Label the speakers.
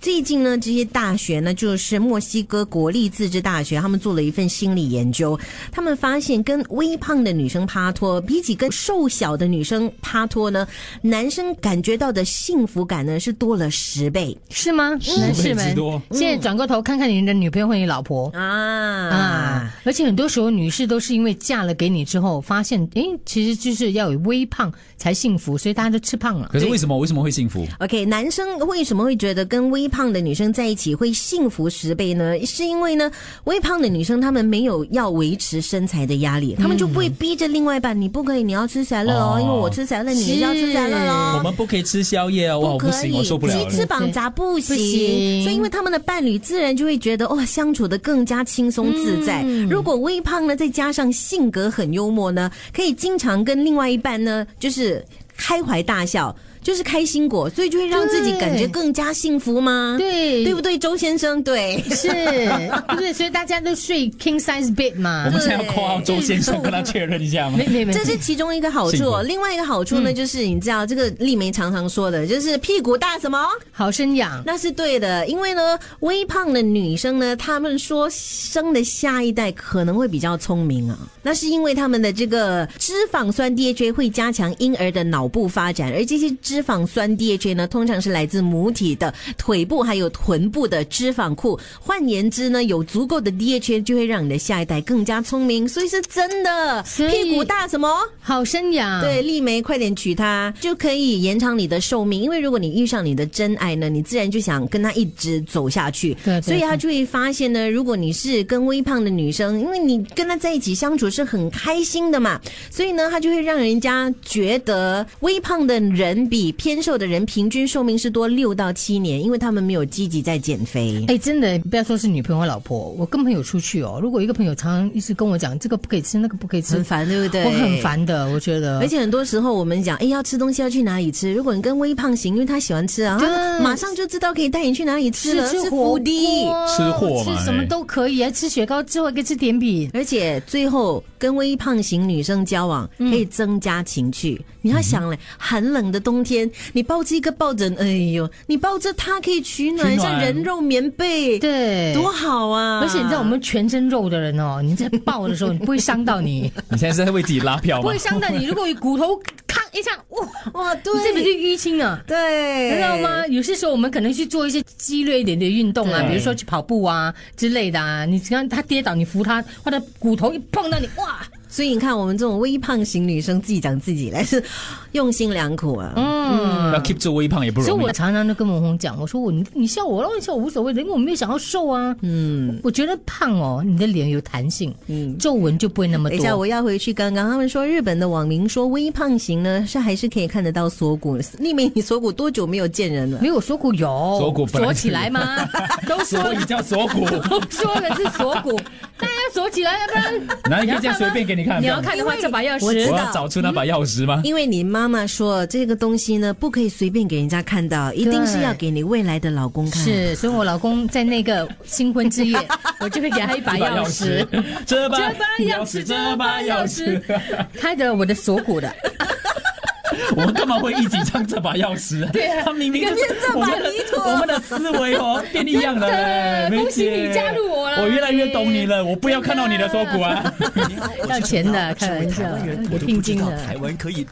Speaker 1: 最近呢，这些大学呢，就是墨西哥国立自治大学，他们做了一份心理研究，他们发现跟微胖的女生趴托，比起跟瘦小的女生趴托呢，男生感觉到的幸福感呢是多了十倍
Speaker 2: 是吗？
Speaker 3: 十
Speaker 2: 男士
Speaker 3: 倍之
Speaker 2: 们
Speaker 3: 多，
Speaker 2: 现在转过头看看你的女朋友或你老婆
Speaker 1: 啊
Speaker 2: 啊！而且很多时候，女士都是因为嫁了给你之后，发现诶，其实就是要有微胖才幸福，所以大家都吃胖了
Speaker 3: 可。是为什么为什么会幸
Speaker 2: 啊
Speaker 3: 福？
Speaker 1: OK，男生为什么会觉得跟微胖的女生在一起会幸福十倍呢？是因为呢，微胖的女生她们没有要维持身材的压力，她们就不会逼着另外一半，你不可以，你要吃沙乐哦，
Speaker 3: 哦
Speaker 1: 因为我吃沙乐，你也要吃沙乐哦。
Speaker 3: 我们不可以吃宵夜哦，哇，我不
Speaker 1: 可以，
Speaker 3: 行，我受不了
Speaker 1: 鸡翅
Speaker 3: 了。
Speaker 1: 膀炸不行，
Speaker 2: 不行
Speaker 1: 所以因为他们的伴侣自然就会觉得哦，相处的更加轻松自在。如果微胖呢，再加上性格很幽默呢，可以经常跟另外一半呢，就是开怀大笑，就是开心果，所以就会让自己感觉
Speaker 2: 对
Speaker 1: 更加幸福吗？
Speaker 2: 对
Speaker 1: 对不对，周先生？对。
Speaker 2: 是，对不 对？所以大家都睡 king size bed 嘛
Speaker 3: 我。们现在要 call out 周先生跟他确认一下吗
Speaker 2: 没？没没，
Speaker 1: 这是其中一个好处、
Speaker 3: 幸
Speaker 1: 哦，
Speaker 3: 福
Speaker 1: 另外一个好处呢，就是你知道这个丽梅常常说的，就是屁股大什么？
Speaker 2: 好生养。
Speaker 1: 那是对的，因为呢，微胖的女生呢，她们说生的下一代可能会比较聪明啊，那是因为她们的这个脂肪酸 DHA 会加强婴儿的脑部发展，而这些脂肪酸 DHA 呢，通常是来自母体的腿部还有臀部的脂肪库。换言之呢，有足够的 DHA 就会让你的下一代更加聪明，所以是真的。
Speaker 2: 所以
Speaker 1: 屁股大什么？
Speaker 2: 好生养，
Speaker 1: 对，丽梅，快点娶她，就可以延长你的寿命。因为如果你遇上你的真爱呢，你自然就想跟他一直走下去。
Speaker 2: 对对
Speaker 1: 所以他就会发现呢，如果你是跟微胖的女生，因为你跟她在一起相处是很开心的嘛，所以呢，他就会让人家觉得微胖的人比偏瘦的人平均寿命是多六到七年，因为他们没有积极在减肥。
Speaker 2: 哎，真的不要说是女朋友、老婆，我跟朋友出去哦，如果一个朋友常常一直跟我讲这个不可以吃，那个不可以吃，
Speaker 1: 很烦，对不嗯对？
Speaker 2: 我很。烦的，我觉得。
Speaker 1: 而且很多时候我们讲，哎，要吃东西要去哪里吃？如果你跟微胖型，因为他喜欢吃啊，
Speaker 2: 对
Speaker 1: 他马上就知道可以带你去哪里吃了，
Speaker 2: 吃
Speaker 1: 是
Speaker 2: 火
Speaker 1: 福
Speaker 2: 锅
Speaker 1: 地。
Speaker 3: 吃货嘛哎
Speaker 2: 吃什么都可以，还吃雪糕，吃一个吃甜品。
Speaker 1: 而且最后跟微胖型女生交往
Speaker 2: 嗯
Speaker 1: 可以增加情趣。你要想嘞，寒冷的冬天，你抱着一个抱枕，哎呦，你抱着它可以取暖，
Speaker 3: 取暖
Speaker 1: 像人肉棉被，，
Speaker 2: 对，
Speaker 1: 多好啊！
Speaker 2: 而且你知道我们全身肉的人哦，你在抱的时候，你不会伤到 你，
Speaker 3: 你现在是在为自己拉票
Speaker 2: 不
Speaker 3: 吗
Speaker 2: 会？伤到你。如果有骨头咔一下，哇，
Speaker 1: 哇，对
Speaker 2: 你，这边就淤青了。
Speaker 1: 对，
Speaker 2: 你知道吗？有些时候我们可能去做一些激烈一点的运动啊，
Speaker 3: 对
Speaker 2: 比如说去跑步啊之类的啊。你看他跌倒，你扶他，或者骨头一碰到你，哇！
Speaker 1: 所以你看，我们这种微胖型女生自己讲自己来是用心良苦啊。
Speaker 2: 嗯
Speaker 3: 要 keep 住微胖也不
Speaker 2: 所以
Speaker 3: 容
Speaker 2: 我
Speaker 3: 易。
Speaker 2: 常常都跟文红讲，我说我你你笑我，让你笑我无所谓的，因为我没有想要瘦啊。嗯，我觉得胖哦，你的脸有弹 性，嗯，皱纹就不会那么
Speaker 1: 等一下，
Speaker 2: 多。
Speaker 1: 我要回去。刚刚他们说日本的网民说微胖型呢是还是可以看得到锁骨。丽梅，你锁骨多久没有见人了？
Speaker 2: 没有锁骨有，锁
Speaker 3: 骨本来
Speaker 2: 锁
Speaker 3: 就
Speaker 2: 起来吗？都说
Speaker 3: 所以叫锁 骨，
Speaker 2: 都说了是锁骨，当然要锁起来，要不然
Speaker 3: 哪里可以这样随便给你看？
Speaker 2: 你要看的话这把钥匙
Speaker 3: 我。要找出那把钥匙吗？
Speaker 1: 因为你妈妈说这个东西呢不可以随便给人家看到，一定是要给你未来的老公看。，
Speaker 2: 是，所以我老公在那个新婚之夜，我就会给他一嗯把
Speaker 3: 这把
Speaker 2: 钥匙，，
Speaker 3: 这把
Speaker 2: 这把钥匙，这把钥匙，开的我的锁骨的，
Speaker 3: 我们干嘛会一起唱这把钥 匙啊？对
Speaker 2: 啊
Speaker 3: 他明明就是
Speaker 1: 你看这把
Speaker 3: 我们的
Speaker 1: 泥土
Speaker 3: 我们的思维 哦变一样了嘞。
Speaker 2: 真的
Speaker 3: 梅
Speaker 2: 恭喜
Speaker 3: 姐
Speaker 2: 你加入我了
Speaker 3: 我越来越懂你了。我不要看到你的锁骨啊。
Speaker 2: 要钱的，开玩笑，
Speaker 4: 台湾人，我都
Speaker 2: 定
Speaker 4: 不知
Speaker 2: 金
Speaker 4: 道
Speaker 2: 的。
Speaker 4: 台湾可以